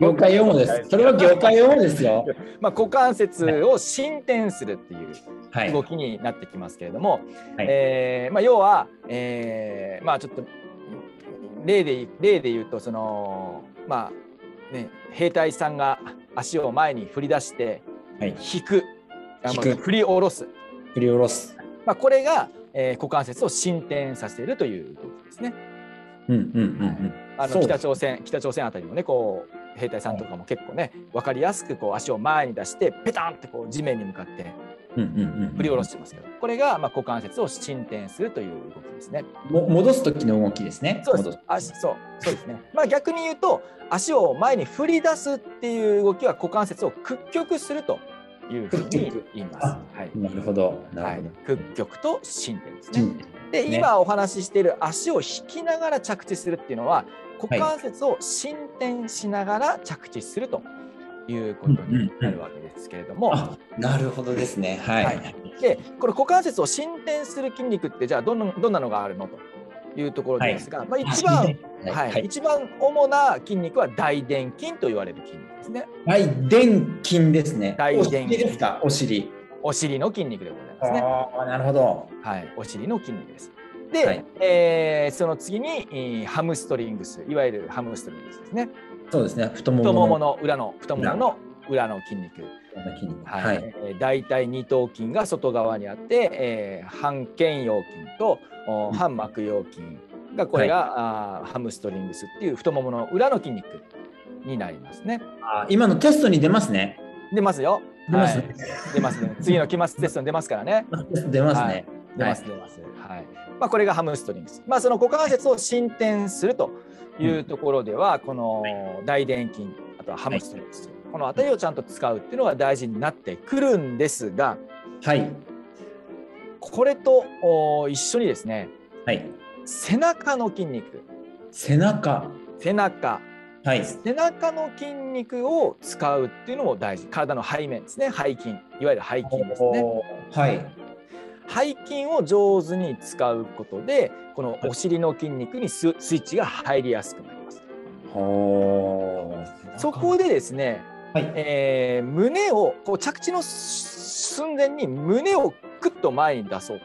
[SPEAKER 1] 業界用語です。それは業界用語です よ。
[SPEAKER 2] まあ、股関節を伸展するっていう。
[SPEAKER 1] はい。
[SPEAKER 2] 動きになってきますけれども、
[SPEAKER 1] はい
[SPEAKER 2] えーまあ、要は、えーまあ、ちょっと例でい例で言うとその、まあね、兵隊さんが足を前に振り出して
[SPEAKER 1] はい。
[SPEAKER 2] 引く,あ、
[SPEAKER 1] 引
[SPEAKER 2] ま
[SPEAKER 1] く
[SPEAKER 2] あ振り下ろす、
[SPEAKER 1] 振り下ろす。
[SPEAKER 2] まあ、これが、えー股関節を伸展させるという動きですね。
[SPEAKER 1] うんうんうん
[SPEAKER 2] あ
[SPEAKER 1] そ
[SPEAKER 2] の
[SPEAKER 1] う
[SPEAKER 2] 北朝鮮北朝鮮あたりもねこう兵隊さんとかも結構ね分かりやすくこう足を前に出してペタンってこう地面に向かって
[SPEAKER 1] うん。うんうんうん。
[SPEAKER 2] 振り下ろしてますけどこれがまあ股関節を伸展するという動きですね。
[SPEAKER 1] も戻す時の動きですね。
[SPEAKER 2] そうで
[SPEAKER 1] 戻
[SPEAKER 2] す。足そうそうですね。まあ逆に言うと足を前に振り出すっていう動きは股関節を屈曲するというふうに言います。はい。
[SPEAKER 1] なるほど。
[SPEAKER 2] は
[SPEAKER 1] なる
[SPEAKER 2] い
[SPEAKER 1] ほど。、
[SPEAKER 2] 屈曲と伸展です
[SPEAKER 1] う
[SPEAKER 2] ね。
[SPEAKER 1] ん
[SPEAKER 2] で、
[SPEAKER 1] ね
[SPEAKER 2] 今お話ししている足を引きながら着地するっていうのは股関節を伸展しながら着地するということになるわけですけれども、
[SPEAKER 1] あ、なるほどですね。は
[SPEAKER 2] はいい。でこれ股関節を伸展する筋肉ってじゃあどんなどんなのがあるのというところですが、まあ、一番 はい、一番主な筋肉は大臀筋と言われる筋肉ですね。
[SPEAKER 1] 大臀筋ですね。
[SPEAKER 2] 大
[SPEAKER 1] お
[SPEAKER 2] 臀筋
[SPEAKER 1] 尻ですか、お尻。
[SPEAKER 2] お尻の筋肉でございますね。
[SPEAKER 1] ああ、なるほど。
[SPEAKER 2] はい、お尻の筋肉です。で、
[SPEAKER 1] はい
[SPEAKER 2] えーその次に、えーハムストリングス、いわゆるハムストリングスですね。
[SPEAKER 1] そうですね。太も
[SPEAKER 2] 太もも
[SPEAKER 1] もの
[SPEAKER 2] の裏の太ももの裏の筋肉。
[SPEAKER 1] 筋肉。
[SPEAKER 2] はい、
[SPEAKER 1] はい。
[SPEAKER 2] えー大体二頭筋が外側にあって、えー半腱腰筋と
[SPEAKER 1] う
[SPEAKER 2] お
[SPEAKER 1] ん
[SPEAKER 2] 半膜腰筋がこれが、あーハムストリングスっていう太ももの裏の筋肉になりますね。
[SPEAKER 1] あ今のテストに出ますね。
[SPEAKER 2] 出ますよ。
[SPEAKER 1] 出ます
[SPEAKER 2] は
[SPEAKER 1] ね
[SPEAKER 2] い。出ますね。次の期末テストに出ますからね。
[SPEAKER 1] 出ますね。
[SPEAKER 2] 出ます、出ます。はい。まあ、これがハムストリングス。まあ、その股関節を伸展するというところでは、この大臀筋、あとはハムストリングス。この辺りをちゃんと使うっていうのが大事になってくるんですが、
[SPEAKER 1] はい。
[SPEAKER 2] これとお一緒にですね、
[SPEAKER 1] はい。
[SPEAKER 2] 背中の筋肉、
[SPEAKER 1] 背中。
[SPEAKER 2] 背中
[SPEAKER 1] はい。
[SPEAKER 2] 背中の筋肉を使うっていうのも大事体の背面ですね背筋いわゆる背筋ですね
[SPEAKER 1] おーはい。
[SPEAKER 2] 背筋を上手に使うことでこのお尻の筋肉にススイッチが入りやすくなります
[SPEAKER 1] ほー
[SPEAKER 2] そこでですね、
[SPEAKER 1] はい。
[SPEAKER 2] えー胸をこう着地の寸前に胸をクッと前に出そう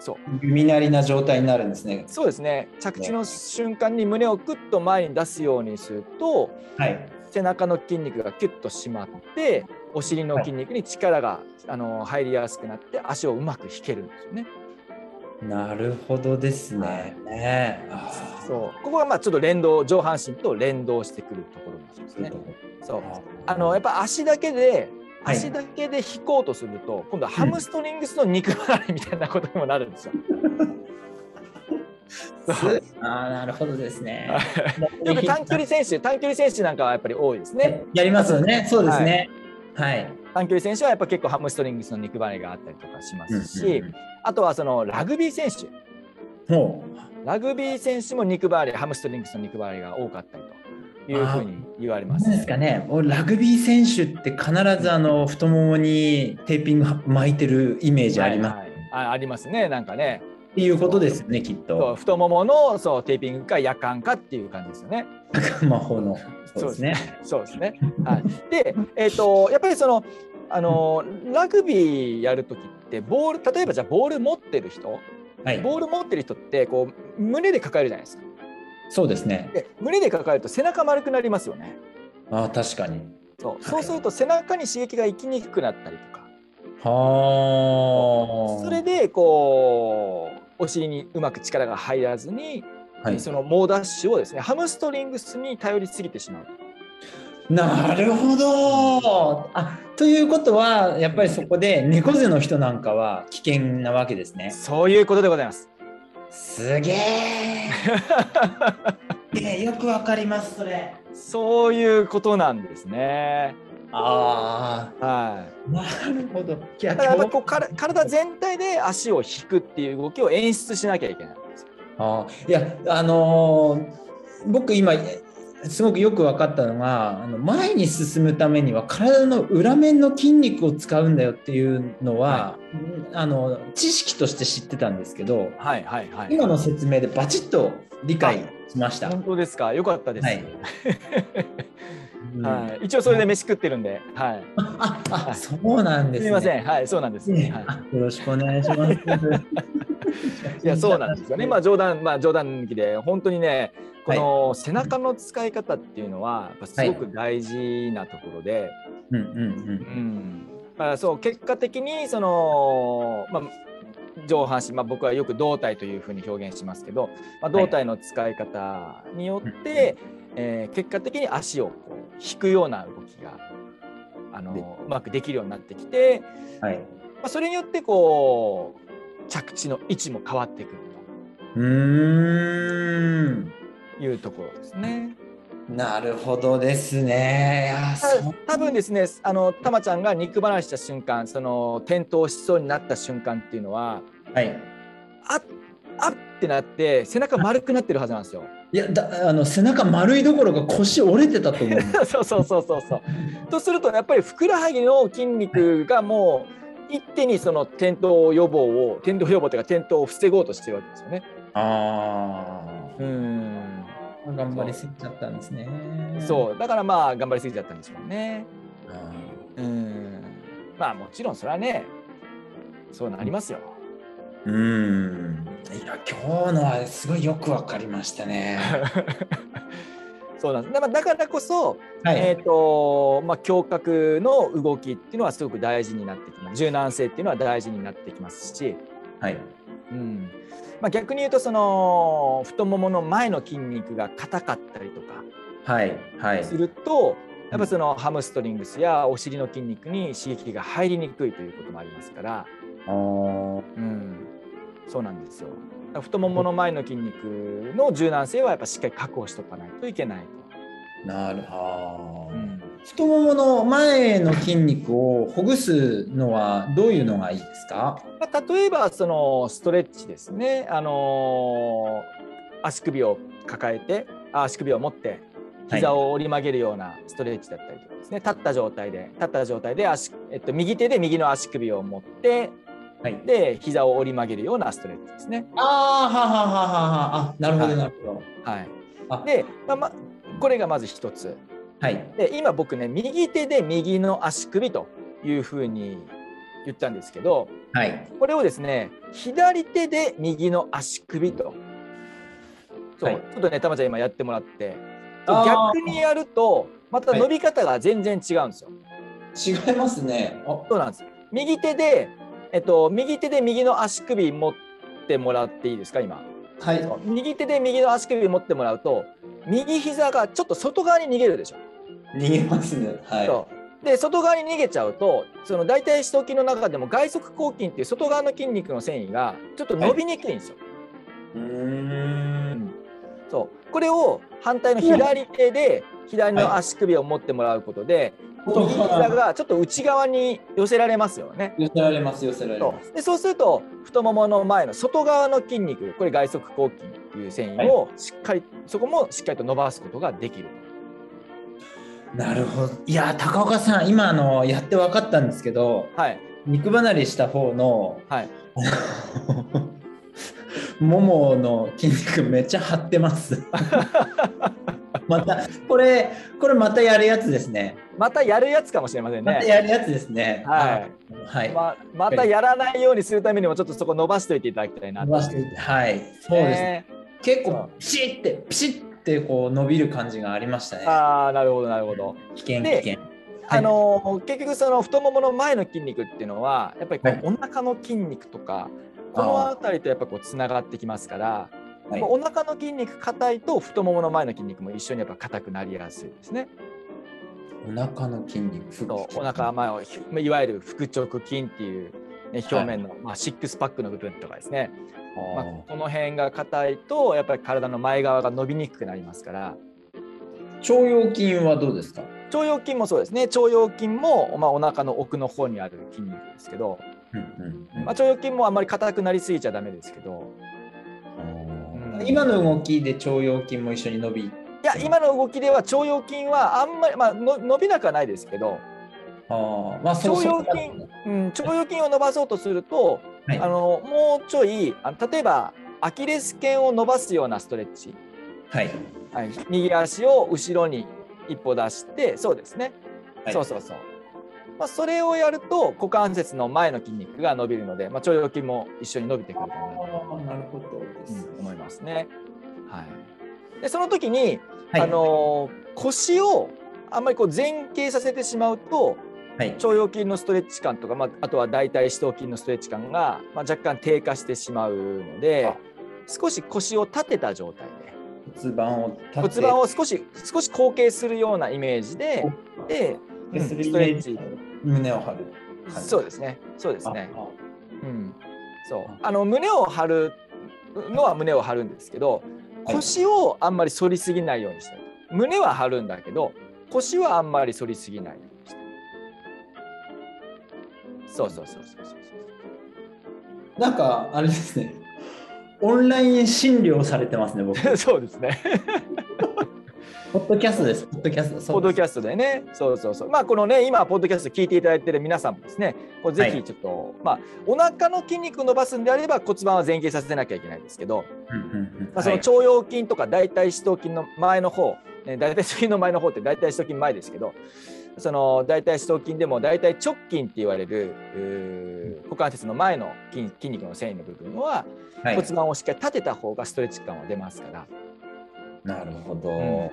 [SPEAKER 2] そう
[SPEAKER 1] 弓なりな状態になるんですね。
[SPEAKER 2] そうですね着地の瞬間に胸をクッと前に出すようにすると
[SPEAKER 1] はい。
[SPEAKER 2] 背中の筋肉がキュッと締まってお尻の筋肉に力が、あの入りやすくなって足をうまく引けるんですよね。
[SPEAKER 1] なるほどですね。ねえあー
[SPEAKER 2] そうここがまあちょっと連動上半身と連動してくるところなんです
[SPEAKER 1] そういう
[SPEAKER 2] ね
[SPEAKER 1] と。こ
[SPEAKER 2] そうあのやっぱ足だけで
[SPEAKER 1] はい
[SPEAKER 2] 足だけで引こうとすると、今度はハムストリングスの肉離れみたいなことにもなるんで すよ。 そう
[SPEAKER 1] ああ、なるほどですね。
[SPEAKER 2] よく短距離選手短距離選手なんかはやっぱり多いですね。
[SPEAKER 1] やりますよね。そうですね。はい。
[SPEAKER 2] 短距離選手はやっぱ結構ハムストリングスの肉離れがあったりとかしますし、あとはそのラグビー選手
[SPEAKER 1] も
[SPEAKER 2] ラグビー選手も肉離れ、ハムストリングスの肉離れが多かったりというふうに言われ
[SPEAKER 1] う、な
[SPEAKER 2] ま
[SPEAKER 1] ん
[SPEAKER 2] す。
[SPEAKER 1] ですかね。俺ラグビー選手って必ずあの太ももにテーピング巻いてるイメージあります。
[SPEAKER 2] はいはいあありますね、なんかね。
[SPEAKER 1] っていうことですよね、きっ
[SPEAKER 2] そう
[SPEAKER 1] と。
[SPEAKER 2] 太もものそうテーピングか夜間かっていう感じですよね。
[SPEAKER 1] 魔法の。そうですね。
[SPEAKER 2] そうですね。はい、で、えっ、と、やっぱりその、あのラグビーやるときって、ボール、例えばじゃあボール持ってる人、
[SPEAKER 1] はい。
[SPEAKER 2] ボール持ってる人って、こう、胸で抱えるじゃないですか。
[SPEAKER 1] そうですね。
[SPEAKER 2] で、胸で抱えると背中丸くなりますよね。
[SPEAKER 1] ああ、確かに。
[SPEAKER 2] そうそうすると背中に刺激が行きにくくなったりとか。
[SPEAKER 1] はあ。
[SPEAKER 2] それでこうお尻にうまく力が入らずに、
[SPEAKER 1] はい。
[SPEAKER 2] その猛ダッシュをですねハムストリングスに頼りすぎてしまう。
[SPEAKER 1] なるほどあということはやっぱりそこで猫背の人なんかは危険なわけですね。
[SPEAKER 2] そういうことでございます。
[SPEAKER 1] すげえ ねよくわかりますそれ。
[SPEAKER 2] そういうことなんですね。
[SPEAKER 1] あ
[SPEAKER 2] はい。
[SPEAKER 1] あなるほど。いや
[SPEAKER 2] だからやっぱりこうから体全体で足を引くっていう動きを演出しなきゃいけないんですよ。
[SPEAKER 1] あーいやあのー僕今すごくよく分かったのがあの前に進むためには体の裏面の筋肉を使うんだよっていうのは、うんあの知識として知ってたんですけど
[SPEAKER 2] はいはいは
[SPEAKER 1] 今の説明でバチッと理解しました。
[SPEAKER 2] 本当ですか。よかったです。
[SPEAKER 1] はいうん
[SPEAKER 2] はい。一応それで飯食ってるんで。はい。
[SPEAKER 1] あ あそうなんですす、ね。
[SPEAKER 2] みません。はい。そうなんです。
[SPEAKER 1] ね
[SPEAKER 2] はい。
[SPEAKER 1] あよろしくお願いし ます。
[SPEAKER 2] いやそうなんですよね。まあ冗談まあ冗談抜きで本当にねこ
[SPEAKER 1] はい
[SPEAKER 2] の背中の使い方っていうのはやっぱすごく大事なところで、
[SPEAKER 1] うんうんうん
[SPEAKER 2] う。ん。まあそう結果的にそのまあ上半身まあ僕はよく胴体というふうに表現しますけど、まあ、胴体の使い方によって、
[SPEAKER 1] はい
[SPEAKER 2] えー結果的に足をこう引くような動きがあ
[SPEAKER 1] で
[SPEAKER 2] のうまくできるようになってきて、
[SPEAKER 1] はい。
[SPEAKER 2] まあ、それによってこう着地の位置も変わってくると。
[SPEAKER 1] うーん。
[SPEAKER 2] いうところですね。
[SPEAKER 1] なるほどですね。いやそう
[SPEAKER 2] 多分ですね、あのたまちゃんが肉離れした瞬間、その転倒しそうになった瞬間っていうのは、
[SPEAKER 1] はい。
[SPEAKER 2] あっ、あっってなって背中丸くなってるはずな んですよ。
[SPEAKER 1] いやだあの背中丸いどころか腰折れてたと思う。
[SPEAKER 2] そうそうそうそうそう。とするとやっぱりふくらはぎの筋肉がもう一手にその転倒予防を転倒予防というか転倒を防ごうとしてるわけですよね。
[SPEAKER 1] あ
[SPEAKER 2] うん。
[SPEAKER 1] あ。頑張りすぎちゃったんですね。
[SPEAKER 2] そうだからまあ頑張りすぎちゃったんでしょうね。
[SPEAKER 1] あー。
[SPEAKER 2] うん。まあもちろんそれはね、そうなりますよ。
[SPEAKER 1] うーん。いや今日のはすごいよくわかりました ね。
[SPEAKER 2] そうなんですだからだからこそ、
[SPEAKER 1] はい。
[SPEAKER 2] えーとまあ、胸郭の動きっていうのはすごく大事になってきます柔軟性っていうのは大事になってきますし、
[SPEAKER 1] はい。
[SPEAKER 2] うんまあ、逆に言うとその太ももの前の筋肉が硬かったりとか
[SPEAKER 1] はい。はい。
[SPEAKER 2] するとやっぱそのハムストリングスやお尻の筋肉に刺激が入りにくいということもありますから、
[SPEAKER 1] あー
[SPEAKER 2] うん、そうなんですよだから太ももの前の筋肉の柔軟性はやっぱしっかり確保しておかないといけない
[SPEAKER 1] なるほど、
[SPEAKER 2] と。うん
[SPEAKER 1] 太ももの前の筋肉をほぐすのはどういうのがいいですか
[SPEAKER 2] まあ、例えばそのストレッチですね、あのー足首を抱えてあ足首を持って
[SPEAKER 1] はい
[SPEAKER 2] 膝を折り曲げるようなストレッチだったりとかですね、立った状態で立った状態で足、えっと、右手で右の足首を持って
[SPEAKER 1] はい。
[SPEAKER 2] で膝を折り曲げるようなストレッチですね。
[SPEAKER 1] ああ、はははははあ、なるほど、なるほど。
[SPEAKER 2] はい
[SPEAKER 1] あ、
[SPEAKER 2] で、まあまあ、これがまず一つ。
[SPEAKER 1] はい。
[SPEAKER 2] で今僕ね右手で右の足首というふうに言ったんですけど
[SPEAKER 1] はい。
[SPEAKER 2] これをですね左手で右の足首とそ
[SPEAKER 1] は
[SPEAKER 2] う、
[SPEAKER 1] い
[SPEAKER 2] ちょっとねたまちゃん今やってもらって
[SPEAKER 1] あー
[SPEAKER 2] 逆にやるとまた伸び方が全然違うんですよ。
[SPEAKER 1] 違いますね。あ、
[SPEAKER 2] そうなんです右手で、えっと、右手で右の足首持ってもらっていいですか今
[SPEAKER 1] はい。
[SPEAKER 2] 右手で右の足首持ってもらうと右膝がちょっと外側に逃げるでしょ
[SPEAKER 1] 逃げますね。は
[SPEAKER 2] そうで外側に逃げちゃうとその大腿四頭筋の中でも外側抗筋っていう外側の筋肉の繊維がちょっと伸びにくいんですよ。
[SPEAKER 1] い。うーん。
[SPEAKER 2] そうこれを反対の左手で左の足首を持ってもらうことで、
[SPEAKER 1] はい
[SPEAKER 2] 右膝がちょっと内側に寄せられますよね。
[SPEAKER 1] 寄せられます、寄せられ
[SPEAKER 2] そ
[SPEAKER 1] ます。
[SPEAKER 2] うでそうすると太ももの前の外側の筋肉これ外側抗筋っていう繊維をしっかり、そこもしっかりと伸ばすことができる。
[SPEAKER 1] なるほど。いやー、高岡さん、今あのやって分かったんですけど、
[SPEAKER 2] はい
[SPEAKER 1] 肉離れした方の、
[SPEAKER 2] はい、
[SPEAKER 1] ももの筋肉めっちゃ張ってます。 また、これ、これまたやるやつですね。
[SPEAKER 2] またやるやつかもしれません
[SPEAKER 1] また
[SPEAKER 2] ね。
[SPEAKER 1] やるやつですね。
[SPEAKER 2] はい
[SPEAKER 1] はい。
[SPEAKER 2] ままたやらないようにするためにもちょっとそこ伸ばしておいていただきたいな
[SPEAKER 1] 伸ばしていてはい。そうですね。
[SPEAKER 2] ね。
[SPEAKER 1] 結構、ピシッて、ピシッてこう伸びる感じがありましたね。
[SPEAKER 2] ああなるほどなるほど。
[SPEAKER 1] 危険、危
[SPEAKER 2] で
[SPEAKER 1] 険。はい
[SPEAKER 2] あのー結局その太ももの前の筋肉っていうのはやっぱりこ
[SPEAKER 1] はいう
[SPEAKER 2] お腹の筋肉とかこの辺りとやっぱこうつながってきますから、
[SPEAKER 1] はい
[SPEAKER 2] まあお腹の筋肉硬いと太ももの前の筋肉も一緒にやっぱ硬くなりやすいですね。
[SPEAKER 1] お腹の筋肉。
[SPEAKER 2] そうお腹前をひいわゆる腹直筋っていう、ね、表面の、まあ、シックスパックの部分とかですね、まあ、この辺が硬いとやっぱり体の前側が伸びにくくなりますから。
[SPEAKER 1] 腸腰筋はどうですか。
[SPEAKER 2] 腸腰筋もそうですね腸腰筋も、まあ、お腹の奥の方にある筋肉ですけど、
[SPEAKER 1] うん
[SPEAKER 2] まあ、腸腰筋もあんまり硬くなりすぎちゃダメですけど
[SPEAKER 1] うん今の動きで腸腰筋も一緒に伸び。
[SPEAKER 2] いや今の動きでは腸腰筋はあんまり、まあ、の伸びなくはないですけど、
[SPEAKER 1] ああ、まあ、
[SPEAKER 2] 腸
[SPEAKER 1] そう
[SPEAKER 2] 腰筋うん、腸腰筋を伸ばそうとすると、
[SPEAKER 1] はい
[SPEAKER 2] あのもうちょいあの例えばアキレス腱を伸ばすようなストレッチ、
[SPEAKER 1] はい。
[SPEAKER 2] はい、右足を後ろに一歩出してそうですね、
[SPEAKER 1] はい
[SPEAKER 2] そうそうそう、まあ、それをやると股関節の前の筋肉が伸びるので、まあ、腸腰筋も一緒に伸びてくるかなと、
[SPEAKER 1] なるほどで
[SPEAKER 2] うん思いますね、はい、でその時に、
[SPEAKER 1] はい。
[SPEAKER 2] あのー腰をあんまりこう前傾させてしまうと
[SPEAKER 1] はい。
[SPEAKER 2] 腸腰筋のストレッチ感とか、まあ、あとは大腿四頭筋のストレッチ感が、まあ、若干低下してしまうので
[SPEAKER 1] あ
[SPEAKER 2] 少し腰を立てた状態で
[SPEAKER 1] 骨盤を立て。
[SPEAKER 2] 骨盤を少し少し後傾するようなイメージでで、うん
[SPEAKER 1] する
[SPEAKER 2] ス
[SPEAKER 1] イ
[SPEAKER 2] ト
[SPEAKER 1] メ
[SPEAKER 2] レ
[SPEAKER 1] ー
[SPEAKER 2] ッ
[SPEAKER 1] ジ
[SPEAKER 2] チ
[SPEAKER 1] で胸を張る。はい
[SPEAKER 2] そうですねそうですね
[SPEAKER 1] ああ
[SPEAKER 2] うんそうあの胸を張るのは胸を張るんですけど
[SPEAKER 1] はい
[SPEAKER 2] 腰をあんまり反りすぎないようにしたい胸は張るんだけど腰はあんまり反りすぎないようにしたいそうそうそうそうそう
[SPEAKER 1] なんか、あれですね。オンライン診療されてますね、 僕。
[SPEAKER 2] そうそうですね
[SPEAKER 1] ポッドキャストです。ポッドキャスト。
[SPEAKER 2] ポッドキ
[SPEAKER 1] ャス
[SPEAKER 2] ャストでね、そうそうそう、まあこのね、今、ポッドキャスト聞いていただいている皆さんもですね、こうぜ
[SPEAKER 1] は
[SPEAKER 2] ひ
[SPEAKER 1] い
[SPEAKER 2] ちょっと、まあ、お腹の筋肉を伸ばすんであれば骨盤は前傾させなきゃいけないですけど、
[SPEAKER 1] ト。うんうんうん
[SPEAKER 2] まあ、その
[SPEAKER 1] はい
[SPEAKER 2] 腸腰筋とか大腿四頭筋の前の方、ね、大腿四頭筋の前の方って大腿四頭筋前ですけど、その大腿四頭筋でも大腿直筋って言われるうー股関節の前の筋筋肉の繊維の部分は
[SPEAKER 1] はい
[SPEAKER 2] 骨盤をしっかり立てた方がストレッチ感は出ますから、
[SPEAKER 1] なるほど、
[SPEAKER 2] ん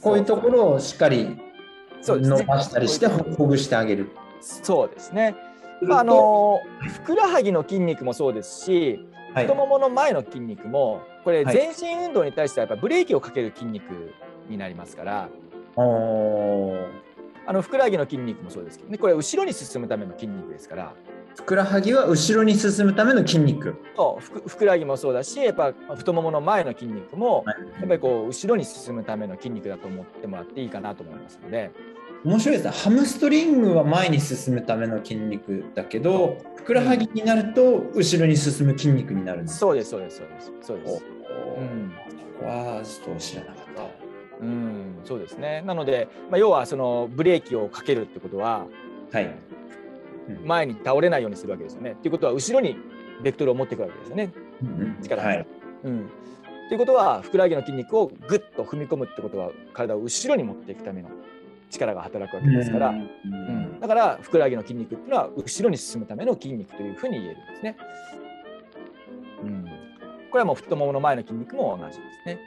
[SPEAKER 1] こういうところをしっかり
[SPEAKER 2] そうですね
[SPEAKER 1] 伸ばしたりしてほぐしてあげる。
[SPEAKER 2] そうですね。
[SPEAKER 1] すると
[SPEAKER 2] まあ、あのふくらはぎの筋肉もそうですし
[SPEAKER 1] はい
[SPEAKER 2] 太ももの前の筋肉もこれ
[SPEAKER 1] はい
[SPEAKER 2] 全身運動に対してはやっぱブレーキをかける筋肉になりますから
[SPEAKER 1] おー
[SPEAKER 2] あのふくらはぎの筋肉もそうですけどねこれ後ろに進むための筋肉ですから
[SPEAKER 1] ふくらはぎは後ろに進むための筋肉。
[SPEAKER 2] そうふくふくらはぎもそうだしやっぱ太ももの前の筋肉もやっぱりこう後ろに進むための筋肉だと思ってもらっていいかなと思いますので
[SPEAKER 1] 面白いですね。ハムストリングは前に進むための筋肉だけど、ふくらはぎになると後ろに進む筋肉になるんです。
[SPEAKER 2] そうですそうですそうですそうです。
[SPEAKER 1] おー
[SPEAKER 2] うん
[SPEAKER 1] こはちょっと知らなかった。
[SPEAKER 2] うん、そうですね。なので、まあ、要はそのブレーキをかけるってことは
[SPEAKER 1] はい。
[SPEAKER 2] 前に倒れないようにするわけですよね。っていうことは後ろにベクトルを持っていくわけですよね。力が
[SPEAKER 1] はい。
[SPEAKER 2] うん。っていうことはふくらはぎの筋肉をぐっと踏み込むってことは体を後ろに持っていくための力が働くわけですから、
[SPEAKER 1] うん
[SPEAKER 2] うん、だからふくらはぎの筋肉っていうのは後ろに進むための筋肉というふうに言えるんですね。うん、これはもう太ももの前の筋肉も同じですね。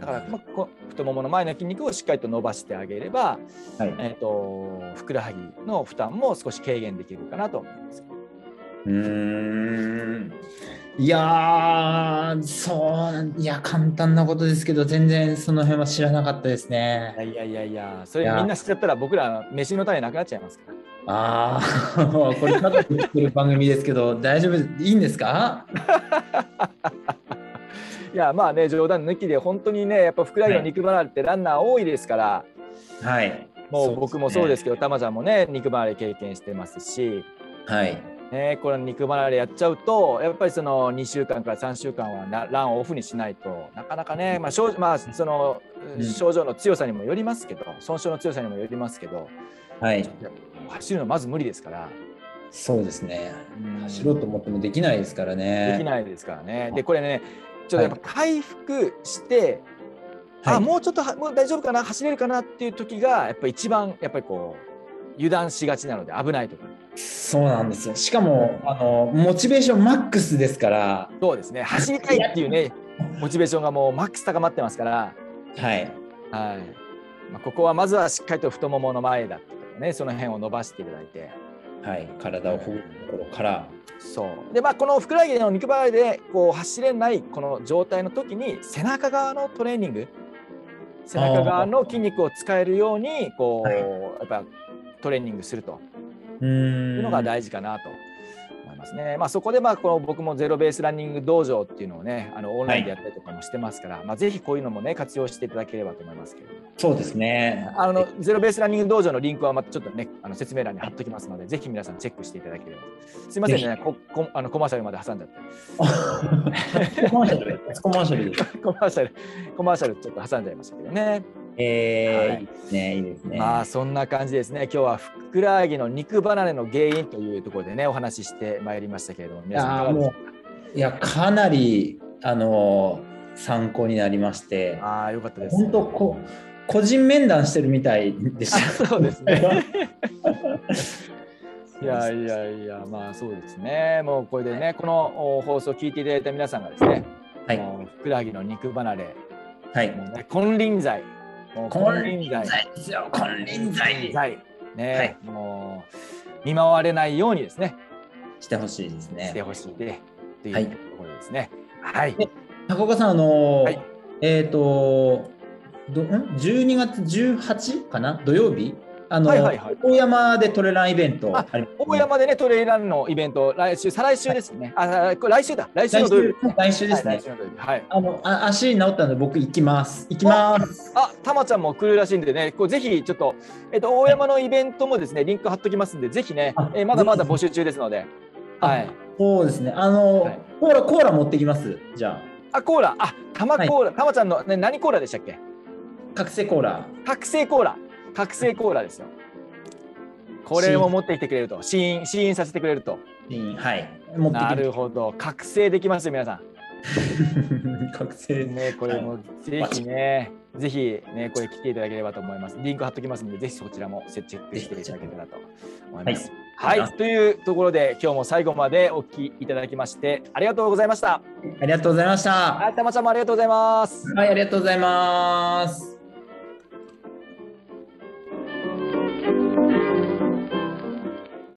[SPEAKER 2] だから、まあ、こ太ももの前の筋肉をしっかりと伸ばしてあげれば、
[SPEAKER 1] はい。
[SPEAKER 2] えー、とふくらはぎの負担も少し軽減できるかなと思います。
[SPEAKER 1] うーん。いやー、そう、いや、簡単なことですけど、全然その辺は知らなかったですね
[SPEAKER 2] い。やいやいやいや、それ
[SPEAKER 1] いや
[SPEAKER 2] みんな知っちゃったら僕ら飯の種なくなっちゃいますから。
[SPEAKER 1] ああ、 これただ言ってる番組ですけど、大丈夫いいんですか？
[SPEAKER 2] いやまあね冗談抜きで本当にねやっぱふくらはぎの肉離れってランナー多いですから、
[SPEAKER 1] はい。
[SPEAKER 2] もう僕もそうですすけどたま、ちゃんもね肉離れ経験してますし、
[SPEAKER 1] ね。はい。
[SPEAKER 2] ね、これ肉離れやっちゃうとやっぱりその2週間から3週間はなランをオフにしないとなかなかね、まあ症まあ、その
[SPEAKER 1] うん
[SPEAKER 2] 症状の強さにもよりますけど損傷の強さにもよりますけど
[SPEAKER 1] はい。
[SPEAKER 2] 走るのまず無理ですから。
[SPEAKER 1] そうですね。
[SPEAKER 2] うん
[SPEAKER 1] 走ろうと思ってもできないですからね。
[SPEAKER 2] でき
[SPEAKER 1] い。
[SPEAKER 2] ないですからね。でこれねちょっとやっぱ回復して、
[SPEAKER 1] はい、
[SPEAKER 2] あもうちょっとはもう大丈夫かな走れるかなっていう時がやっぱ一番やっぱりこう油断しがちなので危ないとか
[SPEAKER 1] そうなんですよ。しかもあのモチベーションマックスですから。
[SPEAKER 2] そうです ね走りたいっていうねモチベーションがもうマックス高まってますから、
[SPEAKER 1] はい。
[SPEAKER 2] はいまあ、ここはまずはしっかりと太ももの前だとかねその辺を伸ばしていただいて
[SPEAKER 1] はい。体をほぐるところから。
[SPEAKER 2] そうでまあこのふくらはぎの肉離れでこう走れないこの状態の時に背中側のトレーニング背中側の筋肉を使えるようにこ
[SPEAKER 1] はいう
[SPEAKER 2] やっぱトレーニングすると。
[SPEAKER 1] うー
[SPEAKER 2] って
[SPEAKER 1] ん。
[SPEAKER 2] いうのが大事かなと思いますね。まあ、そこでまあこの僕もゼロベースランニング道場っていうのをねあのオンラインでやったりとかもしてますから、まあ、ぜひこういうのもね活用していただければと思いますけれども
[SPEAKER 1] そうですね。
[SPEAKER 2] あ のゼロベースランニング道場のリンクはまたちょっとねあの説明欄に貼っときますのでぜひ皆さんチェックしていただければすいません
[SPEAKER 1] ぜ
[SPEAKER 2] ねここあのコマーシャルまで挟んじゃって
[SPEAKER 1] コマーシャルです。コマーシャルです。
[SPEAKER 2] コマーシャルコマーシャルちょっと挟んじゃいましたけどね
[SPEAKER 1] えー
[SPEAKER 2] はい
[SPEAKER 1] いいですね。いいですね。
[SPEAKER 2] まあそんな感じですね今日はふくらはぎの肉離れの原因というところでねお話ししてまいりましたけれども皆さんいかがでしょうか
[SPEAKER 1] いやかなりあの参考になりまして。
[SPEAKER 2] ああよかったです
[SPEAKER 1] 本当こ個人面談してるみたいでした。
[SPEAKER 2] そうです ね。いやいやいや、まあそうですね。もうこれでね、このお放送を聞いていただいた皆さんがですね、
[SPEAKER 1] はい。
[SPEAKER 2] もうふくらはぎの肉離れ、
[SPEAKER 1] はい
[SPEAKER 2] も。うね、金輪際、もう金輪際、
[SPEAKER 1] 剤ですよ。金輪際
[SPEAKER 2] 際ね、もう見舞われないようにですね、
[SPEAKER 1] してほしいです
[SPEAKER 2] して
[SPEAKER 1] ね。
[SPEAKER 2] ほしいで、とい
[SPEAKER 1] はいう
[SPEAKER 2] ところですね。はい。
[SPEAKER 1] 高岡さん、あのー
[SPEAKER 2] はい
[SPEAKER 1] えっ、とどん12月18かな土曜日あの、
[SPEAKER 2] はいはいはい
[SPEAKER 1] 大山でトレランイベント
[SPEAKER 2] あ
[SPEAKER 1] ありますね
[SPEAKER 2] 大山でね、トレイランのイベント、来週、再来週ですね。あ、これ来週だ。来週
[SPEAKER 1] 来
[SPEAKER 2] の土曜
[SPEAKER 1] 週
[SPEAKER 2] 日。
[SPEAKER 1] 来週ですね。
[SPEAKER 2] はい来週の土曜日はい。
[SPEAKER 1] あのあ足治ったので僕行きます。行きます。
[SPEAKER 2] あ、たまちゃんも来るらしいんでね、こうぜひちょっと、えっと、大山のイベントもですね、リンク貼っときますんで、ぜひね
[SPEAKER 1] あ、
[SPEAKER 2] えーまだまだ募集中ですので。
[SPEAKER 1] あ
[SPEAKER 2] はい。
[SPEAKER 1] そうですね。あのー、
[SPEAKER 2] はい
[SPEAKER 1] コーラコーラ持ってきます。じゃあ
[SPEAKER 2] あ、コーラ、あ、たまコーラ、たまちゃんの、ね、何コーラでしたっけ。
[SPEAKER 1] 覚醒コーラ。
[SPEAKER 2] 覚醒コーラ、覚醒コーラですよ。これを持ってきてくれると、試飲、試飲させてくれると。
[SPEAKER 1] うんはい。持ってき
[SPEAKER 2] な
[SPEAKER 1] ます
[SPEAKER 2] るほど、覚醒できますよ、皆さ
[SPEAKER 1] 覚
[SPEAKER 2] ん。
[SPEAKER 1] 醒。
[SPEAKER 2] ね、これも、ぜひね。ぜひね、これ来ていただければと思います。リンク貼っときますので、ぜひそちらもチェックしていただけたらと思います。は
[SPEAKER 1] はい
[SPEAKER 2] い、というところで今日も最後までお聞きいただきましてありがとうございました。
[SPEAKER 1] ありがとうございました。
[SPEAKER 2] はい、たまちゃんもありがとうございます。
[SPEAKER 1] はい、ありがとうございます。